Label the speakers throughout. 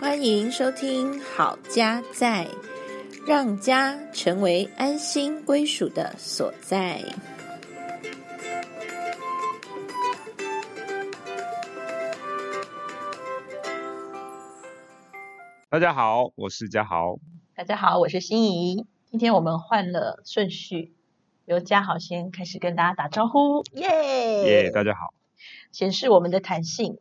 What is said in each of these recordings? Speaker 1: 欢迎收听《好家在》，让家成为安心归属的所在。
Speaker 2: 大家好，我是嘉豪。
Speaker 3: 大家好，我是心怡。今天我们换了顺序，由嘉豪先开始跟大家打招呼，耶、呃
Speaker 2: 耶、大家好，
Speaker 3: 显示我们的弹性。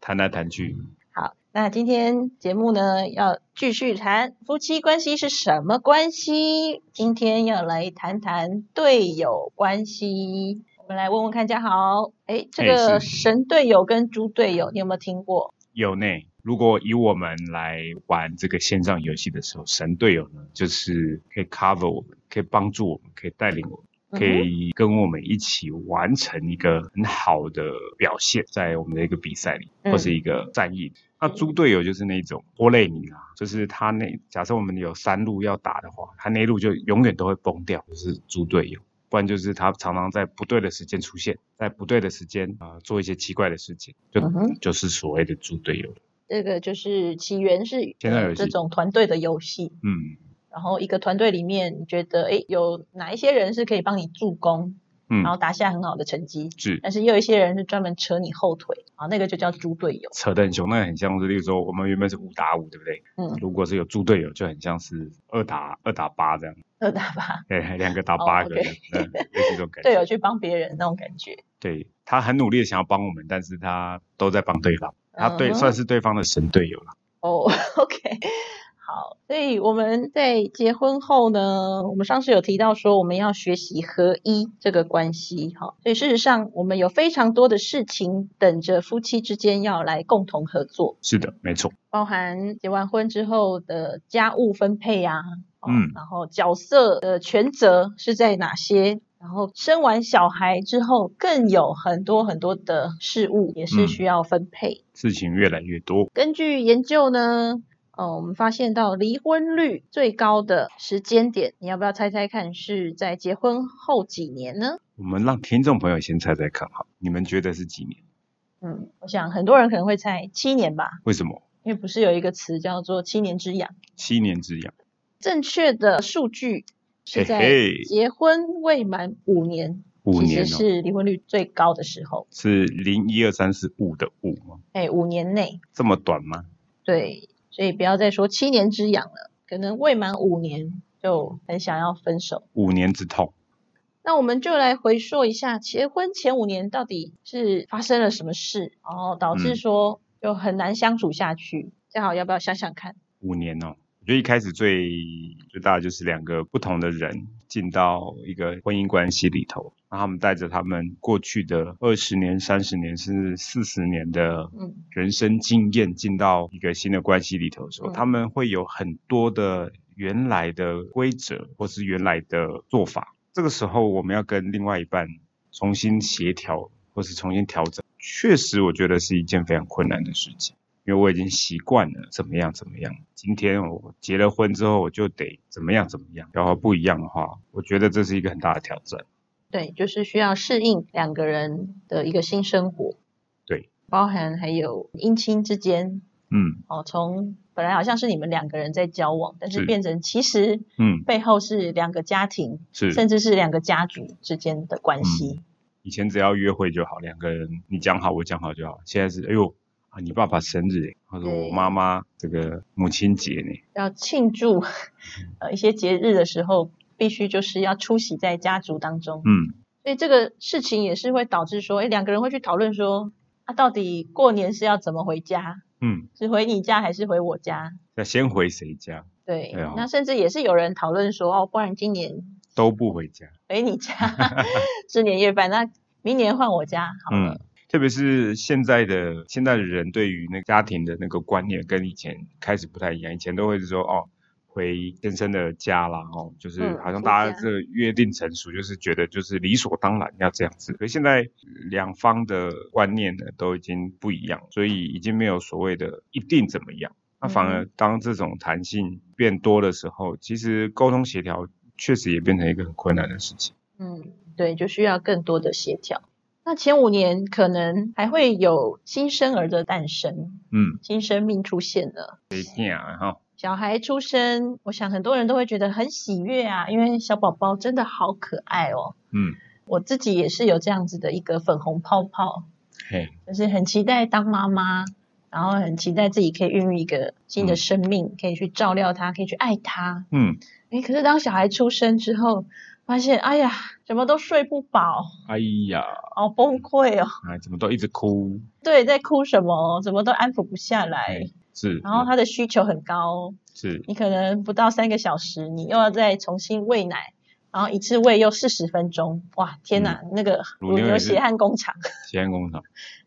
Speaker 2: 谈来谈去，
Speaker 3: 好，那今天节目呢要继续谈夫妻关系是什么关系？今天要来谈谈队友关系。我们来问问看嘉豪，哎，这
Speaker 2: 嘿
Speaker 3: 个
Speaker 2: 是
Speaker 3: 神队友跟猪队友，你有没有听过？
Speaker 2: 有呢。如果以我们来玩这个线上游戏的时候，神队友呢，就是可以 cover 我们，可以帮助我们，可以带领我
Speaker 3: 嗯
Speaker 2: 们，可以跟我们一起完成一个很好的表现，在我们的一个比赛里，
Speaker 3: 嗯
Speaker 2: 或是一个战役。那猪队友就是那种拖累你啦、啊就是他那假设我们有三路要打的话，他那一路就永远都会崩掉，就是猪队友。不然就是他常常在不对的时间出现，在不对的时间啊、呃做一些奇怪的事情，就、
Speaker 3: 嗯哼
Speaker 2: 就是所谓的猪队友。
Speaker 3: 这个就是起源是
Speaker 2: 线上游戏
Speaker 3: 这种团队的游戏。
Speaker 2: 嗯
Speaker 3: 然后一个团队里面，你觉得诶有哪一些人是可以帮你助攻，
Speaker 2: 嗯
Speaker 3: 然，后打下很好的成绩，
Speaker 2: 是
Speaker 3: 但是也有一些人是专门扯你后腿啊，那个就叫猪队友。
Speaker 2: 扯得很凶，那很像是，例如说我们原本是五打五，对不对？
Speaker 3: 嗯，
Speaker 2: 如果是有猪队友，就很像是二打二打八这样，
Speaker 3: 二打八
Speaker 2: 对，两个打
Speaker 3: 哦
Speaker 2: 八个
Speaker 3: OK
Speaker 2: 这样，嗯类似这种感
Speaker 3: 队
Speaker 2: 觉。
Speaker 3: 友去帮别人那种感觉。
Speaker 2: 对，他很努力的想要帮我们，但是他都在帮对方，他啊对
Speaker 3: 嗯哼
Speaker 2: 算是对方的神队友了。
Speaker 3: 哦、o k 好，所以我们在结婚后呢，我们上次有提到说我们要学习合一这个关系，哈，所以事实上我们有非常多的事情等着夫妻之间要来共同合作。
Speaker 2: 是的，没错，
Speaker 3: 包含结完婚之后的家务分配啊，哦
Speaker 2: 嗯
Speaker 3: 然后角色的权责是在哪些？然后生完小孩之后，更有很多很多的事物也
Speaker 2: 嗯
Speaker 3: 是需要分配。
Speaker 2: 事情越来越多。
Speaker 3: 根据研究呢，呃，我们发现到离婚率最高的时间点，你要不要猜猜看是在结婚后几年呢？
Speaker 2: 我们让听众朋友先猜猜看，好，你们觉得是几年？
Speaker 3: 嗯，我想很多人可能会猜七年吧，
Speaker 2: 为什么
Speaker 3: 因为不是有一个词叫做“七年之痒”。
Speaker 2: 七年之痒？
Speaker 3: 正确的数据是在
Speaker 2: 嘿嘿
Speaker 3: 结婚未满五年，
Speaker 2: 五
Speaker 3: 其
Speaker 2: 年
Speaker 3: 实
Speaker 2: 哦，
Speaker 3: 是离婚率最高的时候。
Speaker 2: 是零一二三四五的五吗？
Speaker 3: 哎，五年内，
Speaker 2: 这么短吗？
Speaker 3: 对，所以不要再说七年之痒了，可能未满五年就很想要分手。
Speaker 2: 五年之痛。
Speaker 3: 那我们就来回溯一下，结婚前五年到底是发生了什么事，然后导致
Speaker 2: 嗯
Speaker 3: 说就很难相处下去。正好要不要想想看？
Speaker 2: 五年哦。我觉得一开始最最大的就是两个不同的人进到一个婚姻关系里头，那他们带着他们过去的二十年、三十年甚至四十年的
Speaker 3: 嗯
Speaker 2: 人生经验进到一个新的关系里头的时候，
Speaker 3: 嗯
Speaker 2: 他们会有很多的原来的规则或是原来的做法。这个时候，我们要跟另外一半重新协调或是重新调整，确实我觉得是一件非常困难的事情。因为我已经习惯了怎么样怎么样。今天我结了婚之后，我就得怎么样怎么样。然后不一样的话，我觉得这是一个很大的挑战。
Speaker 3: 对，就是需要适应两个人的一个新生活。
Speaker 2: 对，
Speaker 3: 包含还有姻亲之间
Speaker 2: 嗯
Speaker 3: 哦，从本来好像是你们两个人在交往，但
Speaker 2: 是
Speaker 3: 是变成其实
Speaker 2: 嗯，
Speaker 3: 背后是两个家庭，
Speaker 2: 是。嗯
Speaker 3: 甚至是两个家族之间的关系。
Speaker 2: 以前只要约会就好，两个人你讲好我讲好就好。现在是哎呦啊，你爸爸生日耶，他说
Speaker 3: 对
Speaker 2: 我妈妈这个母亲节呢，
Speaker 3: 要庆祝呃一些节日的时候，必须就是要出席在家族当中，
Speaker 2: 嗯，
Speaker 3: 所以这个事情也是会导致说，哎，两个人会去讨论说，啊，到底过年是要怎么回家？
Speaker 2: 嗯，
Speaker 3: 是回你家还是回我家？
Speaker 2: 要先回谁家
Speaker 3: 对，
Speaker 2: 对啊
Speaker 3: 那甚至也是有人讨论说，哦，不然今年
Speaker 2: 都不回家，
Speaker 3: 回你家吃年夜饭，那明年换我家好了。
Speaker 2: 嗯。特别是现在的现在的人对于那个家庭的那个观念跟以前开始不太一样，以前都会是说哦回先生的家啦，哦就是
Speaker 3: 嗯
Speaker 2: 好像
Speaker 3: 回
Speaker 2: 大家
Speaker 3: 家
Speaker 2: 这个约定成熟，就是觉得就是理所当然要这样子。可是现在呃两方的观念呢都已经不一样，所以已经没有所谓的一定怎么样。那反
Speaker 3: 嗯
Speaker 2: 而当这种弹性变多的时候，其实沟通协调确实也变成一个很困难的事情。
Speaker 3: 嗯，对，就需要更多的协调。那前五年可能还会有新生儿的诞生，
Speaker 2: 嗯，
Speaker 3: 新生命出现了。
Speaker 2: 谁听啊？哈，
Speaker 3: 小孩出生，我想很多人都会觉得很喜悦啊，因为小宝宝真的好可爱哦。
Speaker 2: 嗯，
Speaker 3: 我自己也是有这样子的一个粉红泡泡，
Speaker 2: 嘿，
Speaker 3: 就是很期待当妈妈，然后很期待自己可以孕育一个新的生命，可以去照料他，可以去爱他。
Speaker 2: 嗯，
Speaker 3: 诶，可是当小孩出生之后，发现哎呀，什么都睡不饱，
Speaker 2: 哎呀，
Speaker 3: 好崩溃哦。
Speaker 2: 哎，怎么都一直哭？
Speaker 3: 对，在哭什么，怎么都安抚不下来。
Speaker 2: 哎，是，
Speaker 3: 然后他的需求很高，
Speaker 2: 是，
Speaker 3: 你可能不到三个小时，你又要再重新喂奶，然后一次喂又四十分钟，哇，天哪，那个
Speaker 2: 嗯乳
Speaker 3: 乳
Speaker 2: 牛
Speaker 3: 牛
Speaker 2: 也是
Speaker 3: 血汗工厂
Speaker 2: 西安工厂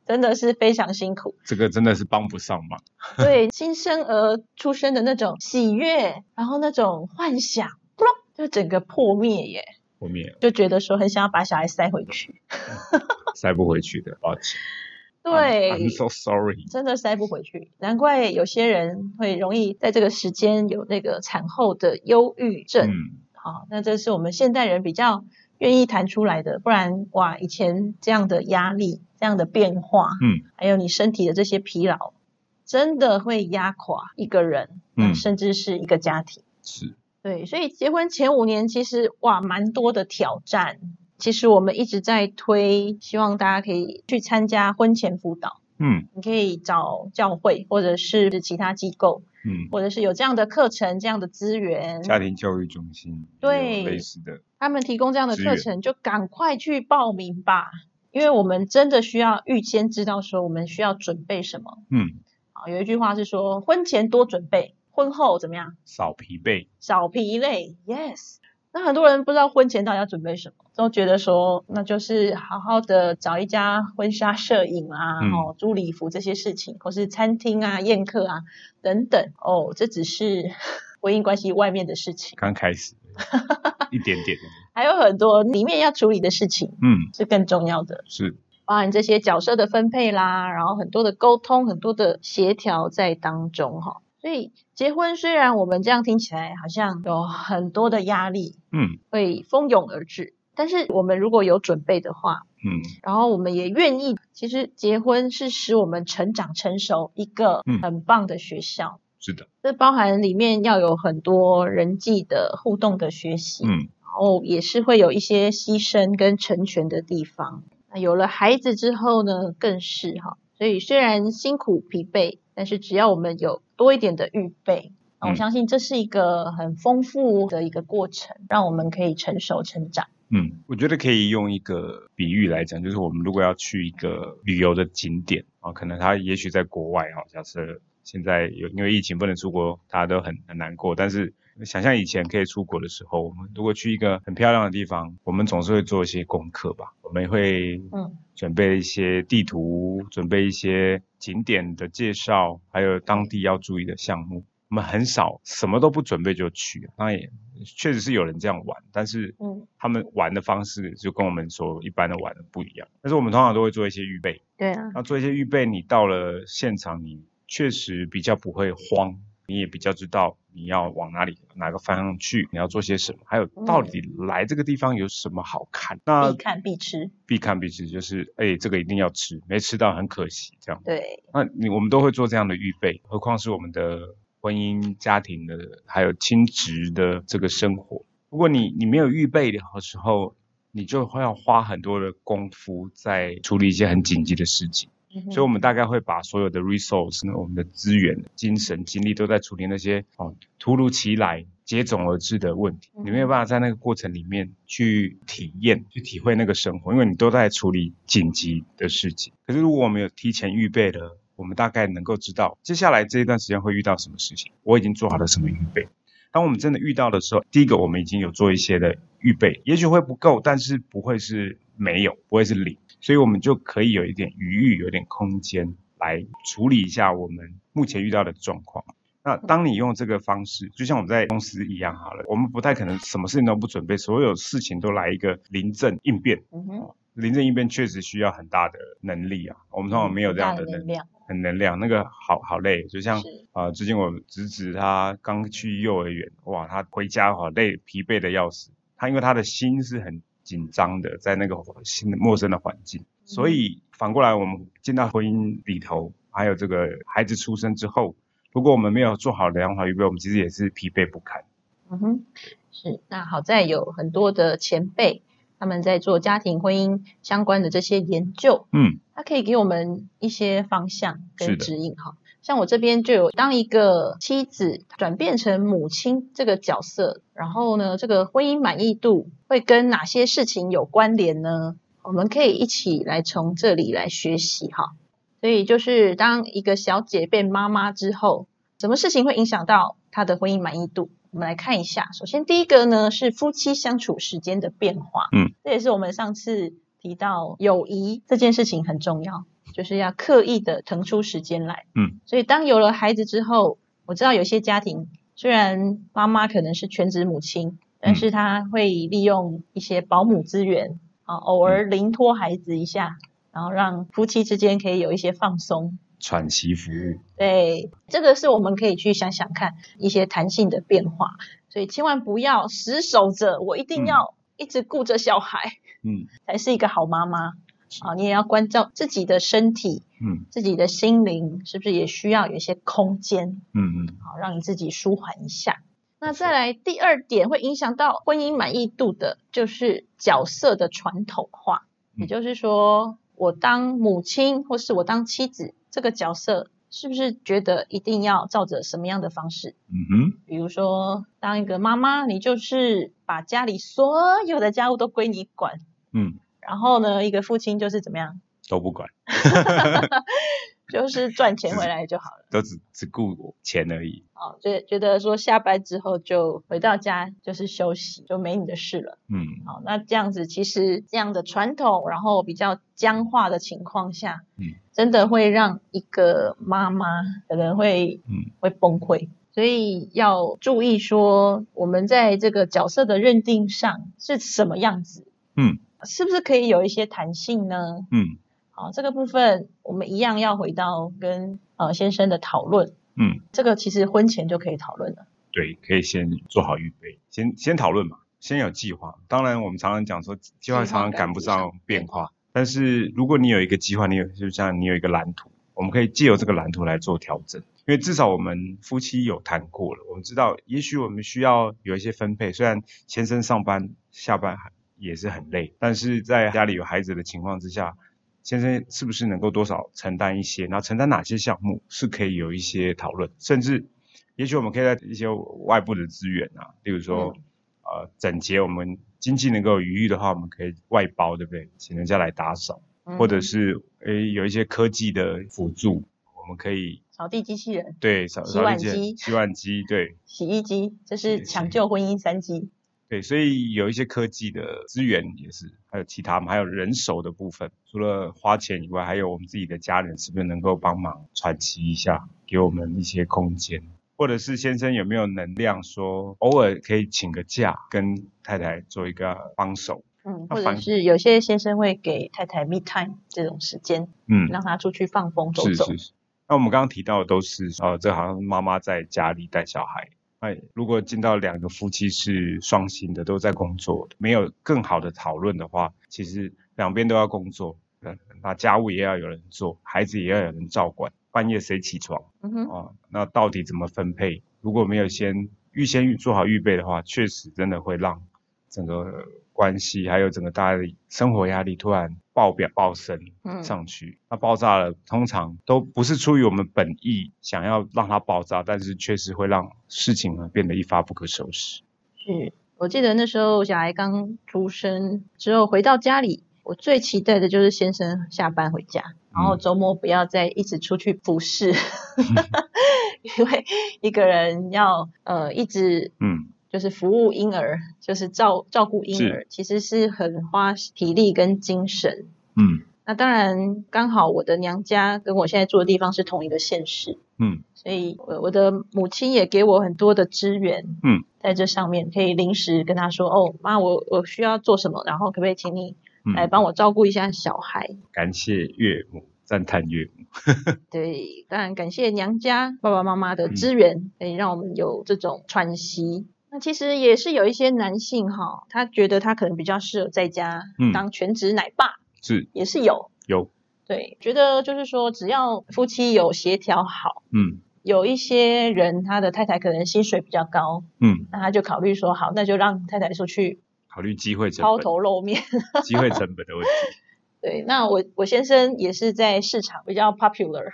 Speaker 3: 真的是非常辛苦。
Speaker 2: 这个真的是帮不上忙。
Speaker 3: 对新生儿出生的那种喜悦，然后那种幻想，扑隆就整个破灭耶，
Speaker 2: 后面
Speaker 3: 就觉得说很想要把小孩塞回去，
Speaker 2: 塞不回去的，抱歉。啊
Speaker 3: 对。
Speaker 2: I'm I'm so sorry。
Speaker 3: 真的塞不回去，难怪有些人会容易在这个时间有那个产后的忧郁症。
Speaker 2: 嗯，
Speaker 3: 好，那这是我们现代人比较愿意谈出来的，不然哇，以前这样的压力、这样的变化，
Speaker 2: 嗯，
Speaker 3: 还有你身体的这些疲劳，真的会压垮一个人，呃
Speaker 2: 嗯
Speaker 3: 甚至是一个家庭。
Speaker 2: 是，
Speaker 3: 对，所以结婚前五年其实哇，蛮多的挑战。其实我们一直在推，希望大家可以去参加婚前辅导，
Speaker 2: 嗯
Speaker 3: 你可以找教会或者是其他机构，
Speaker 2: 嗯，
Speaker 3: 或者是有这样的课程、这样的资源，
Speaker 2: 家庭教育中心
Speaker 3: 对
Speaker 2: 也有类似的，
Speaker 3: 他们提供这样的
Speaker 2: 资
Speaker 3: 课
Speaker 2: 源
Speaker 3: 程，就赶快去报名吧，因为我们真的需要预先知道说我们需要准备什么
Speaker 2: 嗯，
Speaker 3: 啊。有一句话是说，婚前多准备，婚后怎么样？
Speaker 2: 少疲惫，
Speaker 3: 少疲累。Yes，那很多人不知道婚前到底要准备什么，都觉得说那就是好好的找一家婚纱摄影啊，
Speaker 2: 嗯
Speaker 3: 哦，租礼服这些事情，或是餐厅啊、宴客啊等等。哦，这只是 婚姻关系外面的事情，
Speaker 2: 刚开始一点点，
Speaker 3: 还有很多里面要处理的事情
Speaker 2: 嗯，
Speaker 3: 是更重要的。
Speaker 2: 是，
Speaker 3: 包含这些角色的分配啦，然后很多的沟通、很多的协调在当中哈。所以结婚虽然我们这样听起来好像有很多的压力
Speaker 2: 嗯
Speaker 3: 会蜂拥而至，但是我们如果有准备的话，
Speaker 2: 嗯
Speaker 3: 然后我们也愿意，其实结婚是使我们成长成熟一个
Speaker 2: 嗯
Speaker 3: 很棒的学校。
Speaker 2: 是的，
Speaker 3: 这包含里面要有很多人际的互动的学习，
Speaker 2: 嗯
Speaker 3: 然后也是会有一些牺牲跟成全的地方。那有了孩子之后呢，更是哈。所以虽然辛苦疲惫，但是只要我们有多一点的预备，那我
Speaker 2: 嗯
Speaker 3: 相信这是一个很丰富的一个过程，让我们可以成熟成长。
Speaker 2: 嗯，我觉得可以用一个比喻来讲，就是我们如果要去一个旅游的景点啊，可能它也许在国外啊，假设现在有因为疫情不能出国，大家都很很难过，但是。想象以前可以出国的时候，我们如果去一个很漂亮的地方，我们总是会做一些功课吧。我们会
Speaker 3: 嗯
Speaker 2: 准备一些地图，准备一些景点的介绍，还有当地要注意的项目。我们很少什么都不准备就去，那也确实是有人这样玩，但是
Speaker 3: 嗯，
Speaker 2: 他们玩的方式就跟我们所一般的玩的不一样。但是我们通常都会做一些预备，
Speaker 3: 对啊，
Speaker 2: 那做一些预备，你到了现场，你确实比较不会慌，你也比较知道你要往哪里、哪个方向去，你要做些什么，还有到底来这个地方有什么好看。那
Speaker 3: 必看必吃。
Speaker 2: 必看必吃，就是哎、这个一定要吃，没吃到很可惜这样。
Speaker 3: 对，
Speaker 2: 那你我们都会做这样的预备，何况是我们的婚姻、家庭的，还有亲职的这个生活。如果你你没有预备的时候，你就会要花很多的功夫在处理一些很紧急的事情。
Speaker 3: 嗯
Speaker 2: 所以，我
Speaker 3: 哼
Speaker 2: 们大概会把所有的 resource、呢我们的资源、精神、精力都在处理那些哦突如其来、接踵而至的问题。
Speaker 3: 嗯
Speaker 2: 你没有办法在那个过程里面去体验、去体会那个生活，因为你都在处理紧急的事情。可是，如果我们有提前预备了，我们大概能够知道接下来这一段时间会遇到什么事情，我已经做好了什么预备。当我们真的遇到的时候，第一个我们已经有做一些的预备，也许会不够，但是不会是没有，不会是零，所以我们就可以有一点余裕，有一点空间来处理一下我们目前遇到的状况。那当你用这个方式，就像我们在公司一样好了，我们不太可能什么事情都不准备，所有事情都来一个临阵应变。
Speaker 3: 嗯哼，
Speaker 2: 临阵应变确实需要很大的能力啊，我们通常没有这样的
Speaker 3: 嗯大
Speaker 2: 能
Speaker 3: 能量。
Speaker 2: 很能量，那个好好累。就像
Speaker 3: 是
Speaker 2: 啊、呃最近我侄子他刚去幼儿园，哇，他回家好累，疲惫的要死。他因为他的心是很紧张的，在那个新的陌生的环境。
Speaker 3: 嗯
Speaker 2: 所以反过来，我们进到婚姻里头，还有这个孩子出生之后，如果我们没有做好良好预备，我们其实也是疲惫不堪。
Speaker 3: 嗯哼，是。那好在有很多的前辈，他们在做家庭婚姻相关的这些研究，
Speaker 2: 嗯，
Speaker 3: 它可以给我们一些方向
Speaker 2: 是
Speaker 3: 跟
Speaker 2: 的
Speaker 3: 指引哈。像我这边就有当一个妻子转变成母亲这个角色，然后呢，这个婚姻满意度会跟哪些事情有关联呢？我们可以一起来从这里来学习哈。所以就是当一个小姐变妈妈之后，什么事情会影响到她的婚姻满意度？我们来看一下。首先第一个呢是夫妻相处时间的变化，
Speaker 2: 嗯，
Speaker 3: 这也是我们上次提到友谊这件事情很重要，就是要刻意的腾出时间来，
Speaker 2: 嗯，
Speaker 3: 所以当有了孩子之后，我知道有些家庭虽然妈妈可能是全职母亲，
Speaker 2: 嗯
Speaker 3: 但是她会利用一些保姆资源啊，偶尔
Speaker 2: 嗯
Speaker 3: 临托孩子一下，然后让夫妻之间可以有一些放松，
Speaker 2: 喘息服务，
Speaker 3: 对，这个是我们可以去想想看一些弹性的变化，所以千万不要死守着我一定要一直顾着小孩、
Speaker 2: 嗯
Speaker 3: 才是一个好妈妈啊！你也要关照自己的身体、
Speaker 2: 嗯
Speaker 3: 自己的心灵，是不是也需要有一些空间
Speaker 2: 嗯嗯，
Speaker 3: 啊，让你自己舒缓一下。那再来第二点，会影响到婚姻满意度的，就是角色的传统化，
Speaker 2: 嗯
Speaker 3: 也就是说，我当母亲或是我当妻子这个角色，是不是觉得一定要照着什么样的方式？
Speaker 2: 嗯哼，
Speaker 3: 比如说，当一个妈妈，你就是把家里所有的家务都归你管，
Speaker 2: 嗯，
Speaker 3: 然后呢，一个父亲就是怎么样，
Speaker 2: 都不管，
Speaker 3: 就是赚钱回来就好了。
Speaker 2: 都只只顾钱而已。
Speaker 3: 哦，觉觉得说下班之后就回到家就是休息，就没你的事了。
Speaker 2: 嗯
Speaker 3: 好，那这样子其实这样的传统，然后比较僵化的情况下，
Speaker 2: 嗯，
Speaker 3: 真的会让一个妈妈可能会
Speaker 2: 嗯
Speaker 3: 会崩溃。所以要注意说，我们在这个角色的认定上是什么样子，
Speaker 2: 嗯，
Speaker 3: 是不是可以有一些弹性呢？
Speaker 2: 嗯
Speaker 3: 好，这个部分我们一样要回到跟呃先生的讨论，
Speaker 2: 嗯，
Speaker 3: 这个其实婚前就可以讨论了。
Speaker 2: 对，可以先做好预备，先先讨论嘛，先有计划。当然，我们常常讲说，计划
Speaker 3: 计划
Speaker 2: 常常
Speaker 3: 赶
Speaker 2: 赶
Speaker 3: 不
Speaker 2: 不
Speaker 3: 上
Speaker 2: 上变化，但是如果你有一个计划，你有就像你有一个蓝图，我们可以借由这个蓝图来做调整。因为至少我们夫妻有谈过了，我们知道，也许我们需要有一些分配。虽然先生上班下班还也是很累，但是在家里有孩子的情况之下，先生是不是能够多少承担一些，然后承担哪些项目是可以有一些讨论，甚至也许我们可以在一些外部的资源啊，例如说、
Speaker 3: 嗯
Speaker 2: 呃整洁，我们经济能够有余裕的话，我们可以外包，对不对？请人家来打扫，
Speaker 3: 嗯
Speaker 2: 或者是诶有一些科技的辅助，我们可以
Speaker 3: 扫地机器人、
Speaker 2: 对扫
Speaker 3: 洗
Speaker 2: 扫地
Speaker 3: 碗
Speaker 2: 机
Speaker 3: 机
Speaker 2: 洗碗机对。
Speaker 3: 洗衣机，这
Speaker 2: 是
Speaker 3: 是抢救婚姻三机。
Speaker 2: 对，所以有一些科技的资源也是，还有其他嘛，还有人手的部分，除了花钱以外，还有我们自己的家人是不是能够帮忙喘息一下，给我们一些空间，或者是先生有没有能量说，偶尔可以请个假，跟太太做一个帮手，
Speaker 3: 嗯，或
Speaker 2: 那
Speaker 3: 者
Speaker 2: 反
Speaker 3: 是有些先生会给太太 me time 这种时间，
Speaker 2: 嗯，
Speaker 3: 让她出去放风走
Speaker 2: 是
Speaker 3: 走。
Speaker 2: 是是。那我们刚刚提到的都是呃，这好像妈妈在家里带小孩。哎，如果进到两个夫妻是双薪的，都在工作，没有更好的讨论的话，其实两边都要工作，呃那家务也要有人做，孩子也要有人照管，半夜谁起床
Speaker 3: 嗯哼，
Speaker 2: 啊？那到底怎么分配？如果没有先预先预做好预备的话，确实真的会让整个关系还有整个大家的生活压力突然爆表爆升。
Speaker 3: 嗯，
Speaker 2: 上去，那爆炸了，通常都不是出于我们本意想要让它爆炸，但是确实会让事情呢变得一发不可收拾。
Speaker 3: 是我记得那时候小孩刚出生之后回到家里，我最期待的就是先生下班回家，然
Speaker 2: 嗯
Speaker 3: 后周末不要再一直出去服 侍，因为一个人要呃一直
Speaker 2: 嗯，
Speaker 3: 就是服务婴儿，就是照照顾婴儿，其实是很花体力跟精神。
Speaker 2: 嗯
Speaker 3: 那当然，刚好我的娘家跟我现在住的地方是同一个县市，
Speaker 2: 嗯
Speaker 3: 所以我我的母亲也给我很多的资源，
Speaker 2: 嗯，
Speaker 3: 在这上面可以临时跟她说，哦，妈，我我需要做什么，然后可不可以请你
Speaker 2: 嗯，
Speaker 3: 来帮我照顾一下小孩？
Speaker 2: 感谢岳母，赞叹岳母。嗯
Speaker 3: 对，当然感谢娘家爸爸妈妈的支援，可以让我们有这种喘息。那其实也是有一些男性哈，他觉得他可能比较适合在家
Speaker 2: 嗯
Speaker 3: 当全职奶爸，
Speaker 2: 是
Speaker 3: 也是有。
Speaker 2: 有，
Speaker 3: 对，觉得就是说，只要夫妻有协调好，
Speaker 2: 嗯
Speaker 3: 有一些人他的太太可能薪水比较高，
Speaker 2: 嗯，
Speaker 3: 那他就考虑说，好，那就让太太出去
Speaker 2: 考虑机会成
Speaker 3: 抛
Speaker 2: 本，
Speaker 3: 头露面。
Speaker 2: 机会成本的问题，
Speaker 3: 对，那我我先生也是在市场比较 popular，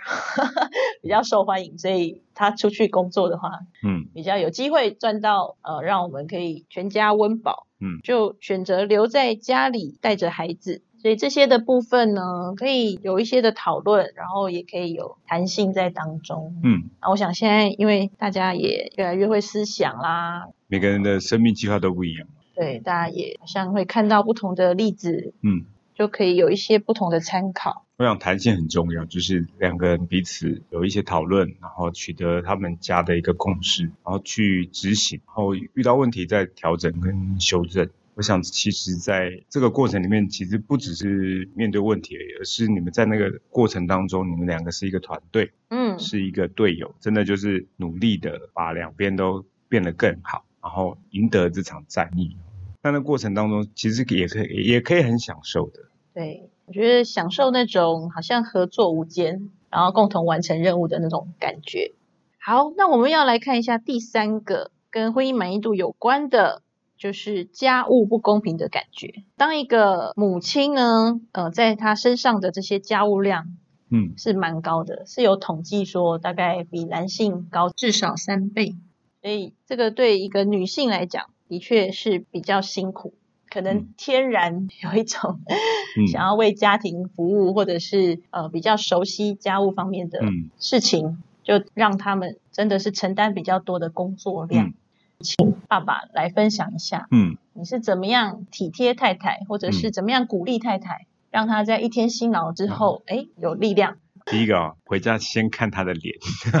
Speaker 3: 比较受欢迎，所以他出去工作的话，
Speaker 2: 嗯
Speaker 3: 比较有机会赚到呃，让我们可以全家温饱，
Speaker 2: 嗯，
Speaker 3: 就选择留在家里带着孩子。所以这些的部分呢，可以有一些的讨论，然后也可以有弹性在当中。
Speaker 2: 嗯，
Speaker 3: 啊，我想现在因为大家也越来越会思想啦，
Speaker 2: 每个人的生命计划都不一样，
Speaker 3: 对，大家也好像会看到不同的例子，
Speaker 2: 嗯。
Speaker 3: 就可以有一些不同的参考。
Speaker 2: 我想弹性很重要，就是两个人彼此有一些讨论，然后取得他们家的一个共识，然后去执行，然后遇到问题再调整跟修正。我想，其实在这个过程里面，其实不只是面对问题而已，而是你们在那个过程当中，你们两个是一个团队，
Speaker 3: 嗯，
Speaker 2: 是一个队友，真的就是努力的把两边都变得更好，然后赢得这场战役。但那过程当中，其实也可以也可以很享受的。
Speaker 3: 对，我觉得享受那种好像合作无间，然后共同完成任务的那种感觉。好，那我们要来看一下第三个跟婚姻满意度有关的，就是家务不公平的感觉。当一个母亲呢，呃，在她身上的这些家务量
Speaker 2: 嗯，
Speaker 3: 是蛮高的，是有统计说大概比男性高至少三倍，所以这个对一个女性来讲，的确是比较辛苦，可能
Speaker 2: 嗯
Speaker 3: 天然 有一种
Speaker 2: 嗯
Speaker 3: 想要为家庭服务，或者是呃比较熟悉家务方面的
Speaker 2: 嗯
Speaker 3: 事情，就让他们真的是承担比较多的工作量。
Speaker 2: 嗯
Speaker 3: 请爸爸来分享一下，
Speaker 2: 嗯。
Speaker 3: 你是怎么样体贴太太，或者是
Speaker 2: 嗯
Speaker 3: 怎么样鼓励太太，让她在一天辛劳之后，
Speaker 2: 嗯
Speaker 3: 哎、有力量。
Speaker 2: 第一个啊、回家先看他的脸， 先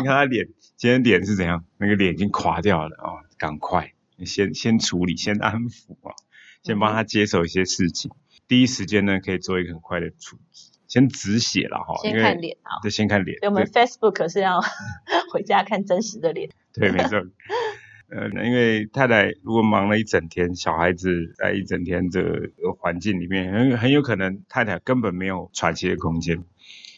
Speaker 2: 看他脸，今天脸是怎样？那个脸已经垮掉了啊、哦，赶快先先处理，先安抚
Speaker 3: 嗯
Speaker 2: 啊、先帮他接手一些事情。第一时间呢，可以做一个很快的处置，先止血了哈，
Speaker 3: 先
Speaker 2: 因为
Speaker 3: 看脸啊，
Speaker 2: 对，先看脸
Speaker 3: 所以，我们 Facebook 是要 回家看真实的脸。
Speaker 2: 对，没错。呃，因为太太如果忙了一整天，小孩子在一整天这个环境里面，很很有可能太太根本没有喘息的空间。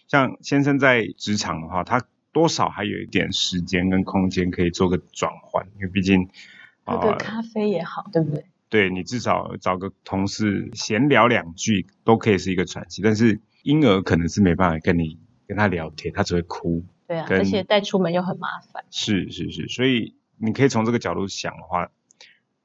Speaker 2: 像先生在职场的话，他多少还有一点时间跟空间可以做个转换，因为毕竟
Speaker 3: 喝
Speaker 2: 啊、
Speaker 3: 个咖啡也好，对不对？
Speaker 2: 对你至少找个同事闲聊两句都可以是一个喘息。但是婴儿可能是没办法跟你跟他聊天，他只会哭。
Speaker 3: 对啊，
Speaker 2: 跟
Speaker 3: 而且带出门又很麻烦。
Speaker 2: 是是是，所以你可以从这个角度想的话，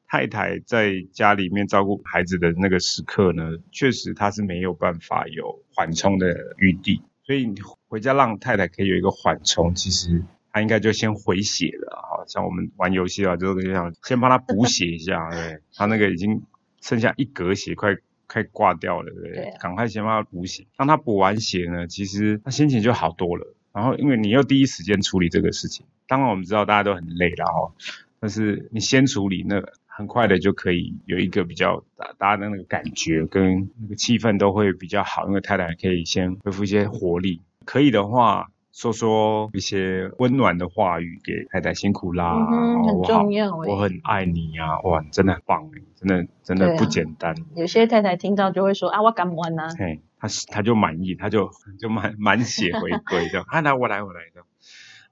Speaker 2: 太太在家里面照顾孩子的那个时刻呢，确实她是没有办法有缓冲的余地，所以你回家让太太可以有一个缓冲，其实她应该就先回血了啊，像我们玩游戏啊，就是这样，先帮她补血一下，对，她那个已经剩下一格血，快。快挂掉了，对不对？
Speaker 3: 对啊
Speaker 2: 赶快先帮她补血。当她补完血呢，其实她心情就好多了。然后因为你要第一时间处理这个事情，当然我们知道大家都很累了哦，但是你先处理那个，很快的就可以有一个比较大大家的那个感觉跟那个气氛都会比较好，因为太太可以先恢复一些活力，可以的话。说说一些温暖的话语给太太，辛苦啦，
Speaker 3: 嗯哼，
Speaker 2: 哦
Speaker 3: 很
Speaker 2: 我好
Speaker 3: 重，要
Speaker 2: 我
Speaker 3: 哎。
Speaker 2: 很爱你啊，哇，你真的很棒哎，真的真
Speaker 3: 对
Speaker 2: 的
Speaker 3: 啊
Speaker 2: 不简单，
Speaker 3: 有些太太听到就会说啊，我敢玩呐。
Speaker 2: 嘿，他他就满意，他就就满满血回归这样，啊，来我来我来这样。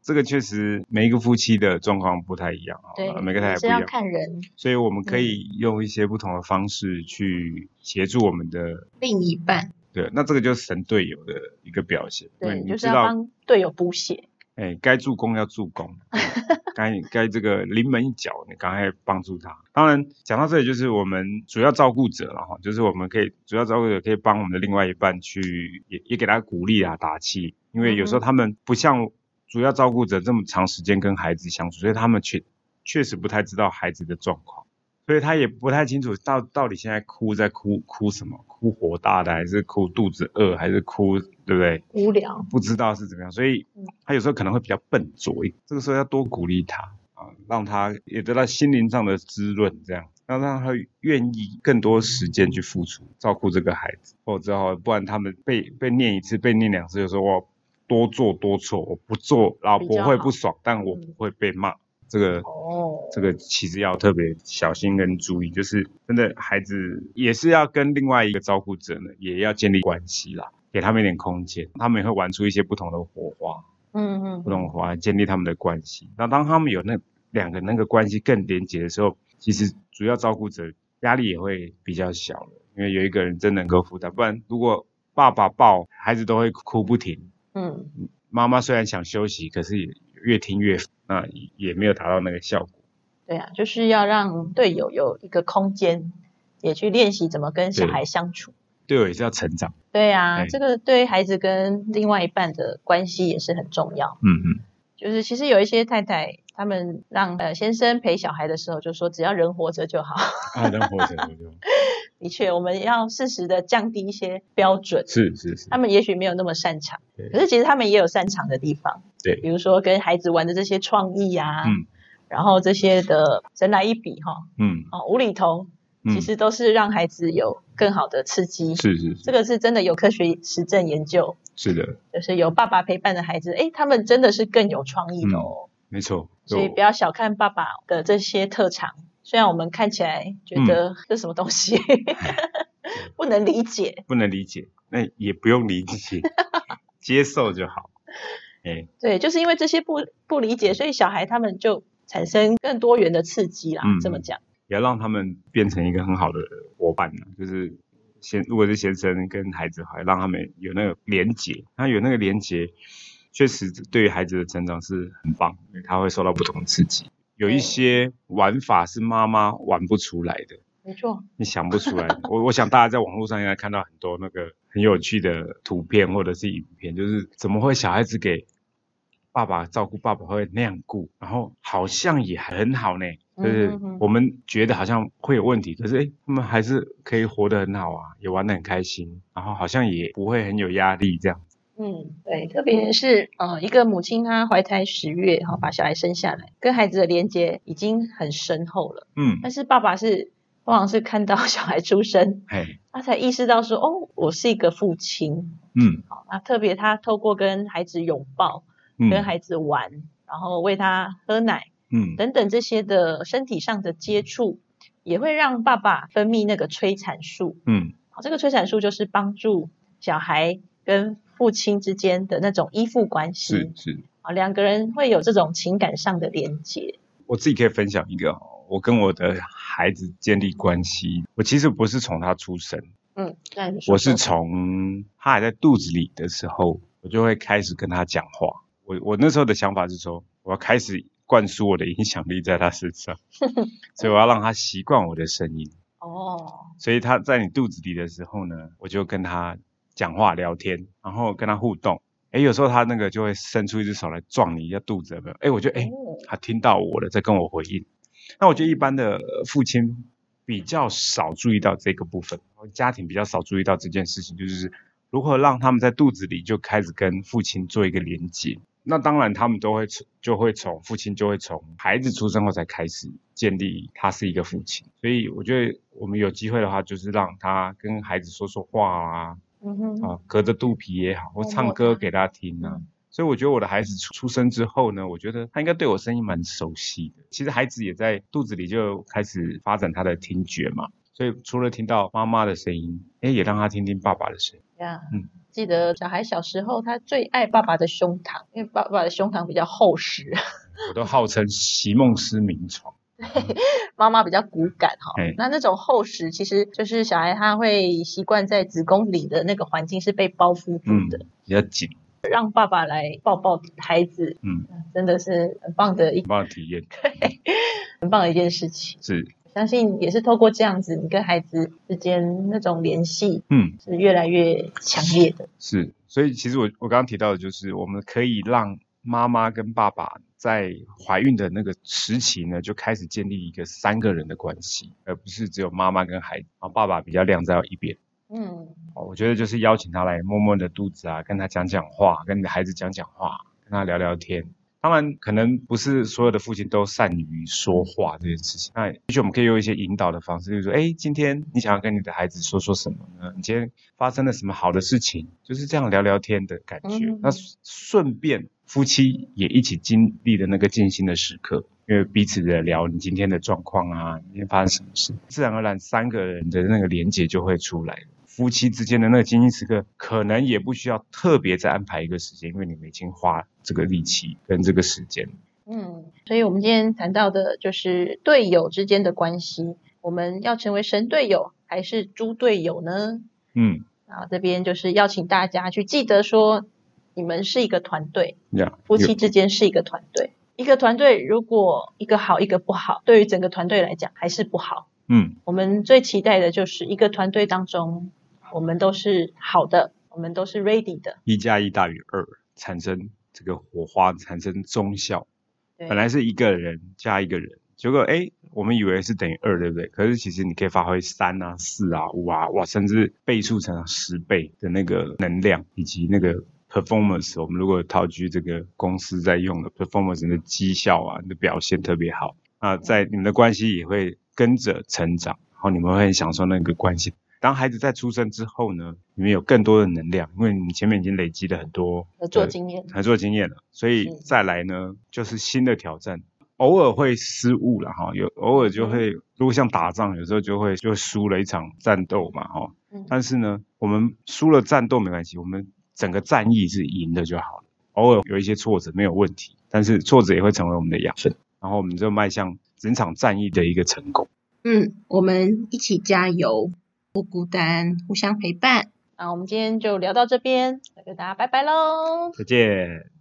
Speaker 2: 这个确实每一个夫妻的状况不太一样啊
Speaker 3: 对，，
Speaker 2: 每个太
Speaker 3: 也
Speaker 2: 太
Speaker 3: 是
Speaker 2: 不一样
Speaker 3: 要，看人，
Speaker 2: 所以我们可以用一些不同的方式去协助我们的。
Speaker 1: 另一半
Speaker 2: 对，那这个就是神队友的一个表现，因为
Speaker 3: 对，
Speaker 2: 你
Speaker 3: 就是
Speaker 2: 知
Speaker 3: 要
Speaker 2: 道，
Speaker 3: 帮队友补血。
Speaker 2: 哎，该助攻要助攻，嗯该该这个临门一脚，你赶快帮助他。当然，讲到这里，就是我们主要照顾者了哈，就是我们可以主要照顾者可以帮我们的另外一半去，也也给他鼓励啊，打气，因为有时候
Speaker 3: 嗯
Speaker 2: 他们不像主要照顾者这么长时间跟孩子相处，所以他们确确实不太知道孩子的状况，所以他也不太清楚到到底现在哭在哭哭什么，哭火大的还是哭肚子饿还是哭对不对？
Speaker 3: 无聊，
Speaker 2: 不知道是怎么样，所以
Speaker 3: 嗯
Speaker 2: 他有时候可能会比较笨拙一点。这个时候要多鼓励他啊，让他也得到心灵上的滋润，这样要让他愿意更多时间去付出照顾这个孩子。否则哈，不然他们被被念一次，被念两次，就说我多做多错，我不做老
Speaker 3: 比较
Speaker 2: 婆
Speaker 3: 好
Speaker 2: 会不爽，但我
Speaker 3: 嗯
Speaker 2: 不会被骂。这个
Speaker 3: 哦，
Speaker 2: 这个其实要特别小心跟注意，就是真的孩子也是要跟另外一个照顾者呢，也要建立关系啦，给他们一点空间，他们也会玩出一些不同的火花，
Speaker 3: 嗯嗯，
Speaker 2: 不同哦的火花建立他们的关系。那当他们有那两个那个关系更连结的时候，其实主要照顾者压力也会比较小了，因为有一个人真能够负担，不然如果爸爸抱孩子都会哭不停，
Speaker 3: 嗯，
Speaker 2: 妈妈虽然想休息，可是也越听越烦那也没有达到那个效果。
Speaker 3: 对啊，就是要让队友有一个空间，也去练习怎么跟小
Speaker 2: 对
Speaker 3: 孩相处。
Speaker 2: 队友也是要成长，
Speaker 3: 对啊，
Speaker 2: 哎
Speaker 3: 这个对孩子跟另外一半的关系也是很重要。
Speaker 2: 嗯嗯。
Speaker 3: 就是其实有一些太太，他们让呃先生陪小孩的时候，就说只要人活着就好。
Speaker 2: 啊，能活着，我就
Speaker 3: 的确，我们要适时的降低一些标准。
Speaker 2: 是是是
Speaker 3: 他，们也许没有那么擅长
Speaker 2: 对，
Speaker 3: 可是其实他们也有擅长的地方。
Speaker 2: 对
Speaker 3: 比如说跟孩子玩的这些创意啊，
Speaker 2: 嗯
Speaker 3: 然后这些的神来一笔哈、
Speaker 2: 嗯，
Speaker 3: 哦无厘头，
Speaker 2: 嗯
Speaker 3: 其实都是让孩子有更好的刺激。
Speaker 2: 是是
Speaker 3: 这
Speaker 2: 是
Speaker 3: 个是真的有科学实证研究，
Speaker 2: 是的，
Speaker 3: 就是有爸爸陪伴的孩子，诶，他们真的是更有创意的哦。
Speaker 2: 没错。
Speaker 3: 所以
Speaker 2: 就
Speaker 3: 不要小看爸爸的这些特长，虽然我们看起来觉
Speaker 2: 嗯
Speaker 3: 得这什么东西、 不能理解，
Speaker 2: 不能理解，那也不用理解， 接受就好。哎，
Speaker 3: 对，就是因为这些不不理解，所以小孩他们就产生更多元的刺激啦。
Speaker 2: 嗯
Speaker 3: 这么讲，
Speaker 2: 也要让他们变成一个很好的伙伴呢，就是先如果是先生跟孩子，还让他们有那个连结，那有那个连结，确实对于孩子的成长是很棒，因为他会受到不同的刺激。有一
Speaker 3: 对
Speaker 2: 些玩法是妈妈玩不出来的，
Speaker 3: 没错，
Speaker 2: 你想不出来。我我想大家在网络上应该看到很多那个很有趣的图片或者是影片，就是怎么会小孩子给爸爸照顾，爸爸会那样顾，然后好像也很好呢。就是
Speaker 3: 嗯哼哼
Speaker 2: 我们觉得好像会有问题，可是诶，他们还是可以活得很好啊，也玩得很开心，然后好像也不会很有压力这样。
Speaker 3: 嗯，对，特别是呃，一个母亲她怀胎十月，哈、把小孩生下来，跟孩子的连接已经很深厚了。
Speaker 2: 嗯，
Speaker 3: 但是爸爸是往往是看到小孩出生，
Speaker 2: 嘿，
Speaker 3: 他才意识到说，哦，我是一个父亲。
Speaker 2: 嗯
Speaker 3: 好、那特别他透过跟孩子拥抱，跟
Speaker 2: 嗯
Speaker 3: 孩子玩，然后喂他喝奶。
Speaker 2: 嗯，
Speaker 3: 等等这些的身体上的接触，也会让爸爸分泌那个催产素。
Speaker 2: 嗯
Speaker 3: 好，这个催产素就是帮助小孩跟父亲之间的那种依附关
Speaker 2: 是
Speaker 3: 系。
Speaker 2: 是。
Speaker 3: 啊，两个人会有这种情感上的连接。
Speaker 2: 我自己可以分享一个哦，我跟我的孩子建立关系，我其实不是从他出生。
Speaker 3: 嗯，那你说
Speaker 2: 我是
Speaker 3: 说
Speaker 2: 从他还在肚子里的时候，我就会开始跟他讲话。我我那时候的想法是说，我要开始灌输我的影响力在他身上，所以我要让他习惯我的声音。
Speaker 3: 哦，
Speaker 2: 所以他在你肚子里的时候呢，我就跟他讲话聊天，然后跟他互动。诶，有时候他那个就会伸出一只手来撞你一下肚子，有没有？诶，我就诶，
Speaker 3: 哦
Speaker 2: 他听到我了，在跟我回应。那我觉得一般的呃父亲比较少注意到这个部分，然后家庭比较少注意到这件事情，就是如何让他们在肚子里就开始跟父亲做一个连接。那当然，他们都会从就会从父亲就会从孩子出生后才开始建立他是一个父亲，所以我觉得我们有机会的话，就是让他跟孩子说说话啊，
Speaker 3: 嗯哼，
Speaker 2: 啊，隔着肚皮也好，
Speaker 3: 摸
Speaker 2: 或
Speaker 3: 摸
Speaker 2: 唱歌
Speaker 3: 他
Speaker 2: 给他听啊。
Speaker 3: 嗯
Speaker 2: 所以我觉得我的孩子出出生之后呢，我觉得他应该对我声音蛮熟悉的。其实孩子也在肚子里就开始发展他的听觉嘛，所以除了听到妈妈的声音，哎，也让他听听爸爸的声音。
Speaker 3: 呀，
Speaker 2: 嗯
Speaker 3: 记得小孩小时候他最爱爸爸的胸膛，因为爸爸的胸膛比较厚实，
Speaker 2: 我都号称席梦思名床，
Speaker 3: 妈妈比较骨感哈
Speaker 2: 哎，
Speaker 3: 那那种厚实，其实就是小孩他会习惯在子宫里的那个环境是被包覆住
Speaker 2: 嗯
Speaker 3: 的，，
Speaker 2: 比较紧，
Speaker 3: 让爸爸来抱抱孩子，
Speaker 2: 嗯，
Speaker 3: 真的是很棒的一
Speaker 2: 很棒的体验
Speaker 3: 很棒的一件事情。
Speaker 2: 是，
Speaker 3: 相信也是透过这样子，你跟孩子之间那种联系
Speaker 2: 嗯。
Speaker 3: 是越来越强烈的。
Speaker 2: 是，所以其实我我刚刚提到的就是，我们可以让妈妈跟爸爸在怀孕的那个时期呢，就开始建立一个三个人的关系，而不是只有妈妈跟孩子，然后爸爸比较晾在一边。
Speaker 3: 嗯，
Speaker 2: 哦，我觉得就是邀请他来摸摸你的肚子啊，跟他讲讲话，跟你的孩子讲讲话，跟他聊聊天。当然，可能不是所有的父亲都善于说话这件事情。那也许我们可以用一些引导的方式，就是说，哎，今天你想要跟你的孩子说说什么呢？你今天发生了什么好的事情？就是这样聊聊天的感觉。
Speaker 3: 嗯
Speaker 2: 那顺便夫妻也一起经历了那个静心的时刻，因为彼此的聊你今天的状况啊，今天发生什么事，自然而然三个人的那个连结就会出来。夫妻之间的那个精心时刻，可能也不需要特别再安排一个时间，因为你们已经花这个力气跟这个时间了。
Speaker 3: 嗯，所以我们今天谈到的就是队友之间的关系，我们要成为神队友还是猪队友呢？
Speaker 2: 嗯，
Speaker 3: 啊，这边就是邀请大家去记得说，你们是一个团队，
Speaker 2: 呀，
Speaker 3: 夫妻之间是一个团队。一个团队如果一个好一个不好，对于整个团队来讲还是不好。
Speaker 2: 嗯
Speaker 3: 我们最期待的就是一个团队当中，我们都是好的，我们都是 ready 的。
Speaker 2: 一加一大于二，产生这个火花，产生忠效。
Speaker 3: 对
Speaker 2: 本来是一个人加一个人，结果哎，我们以为是等于二，对不对？可是其实你可以发挥三啊、四啊、五啊，哇，甚至倍数成十倍的那个能量，以及那个 performance。我们如果套句这个公司在用的 performance 的绩效啊，你的表现特别好啊，在你们的关系也会跟着成长，然后你们会很享受那个关系。当孩子在出生之后呢，你们有更多的能量，因为你前面已经累积了很多
Speaker 3: 合作
Speaker 2: 的
Speaker 3: 经验，
Speaker 2: 合作经验了，所以
Speaker 3: 是
Speaker 2: 再来呢，就是新的挑战。偶尔会失误了哈，有偶尔
Speaker 3: 嗯
Speaker 2: 就会，如果像打仗，有时候就会就输了一场战斗嘛哈。
Speaker 3: 嗯，
Speaker 2: 但是呢，我们输了战斗没关系，我们整个战役是赢的就好了。偶尔有一些挫折没有问题，但是挫折也会成为我们的养分，然后我们就迈向整场战役的一个成功。
Speaker 1: 嗯，我们一起加油，不孤单，互相陪伴。
Speaker 3: 那我们今天就聊到这边，跟大家拜拜喽。
Speaker 2: 再见。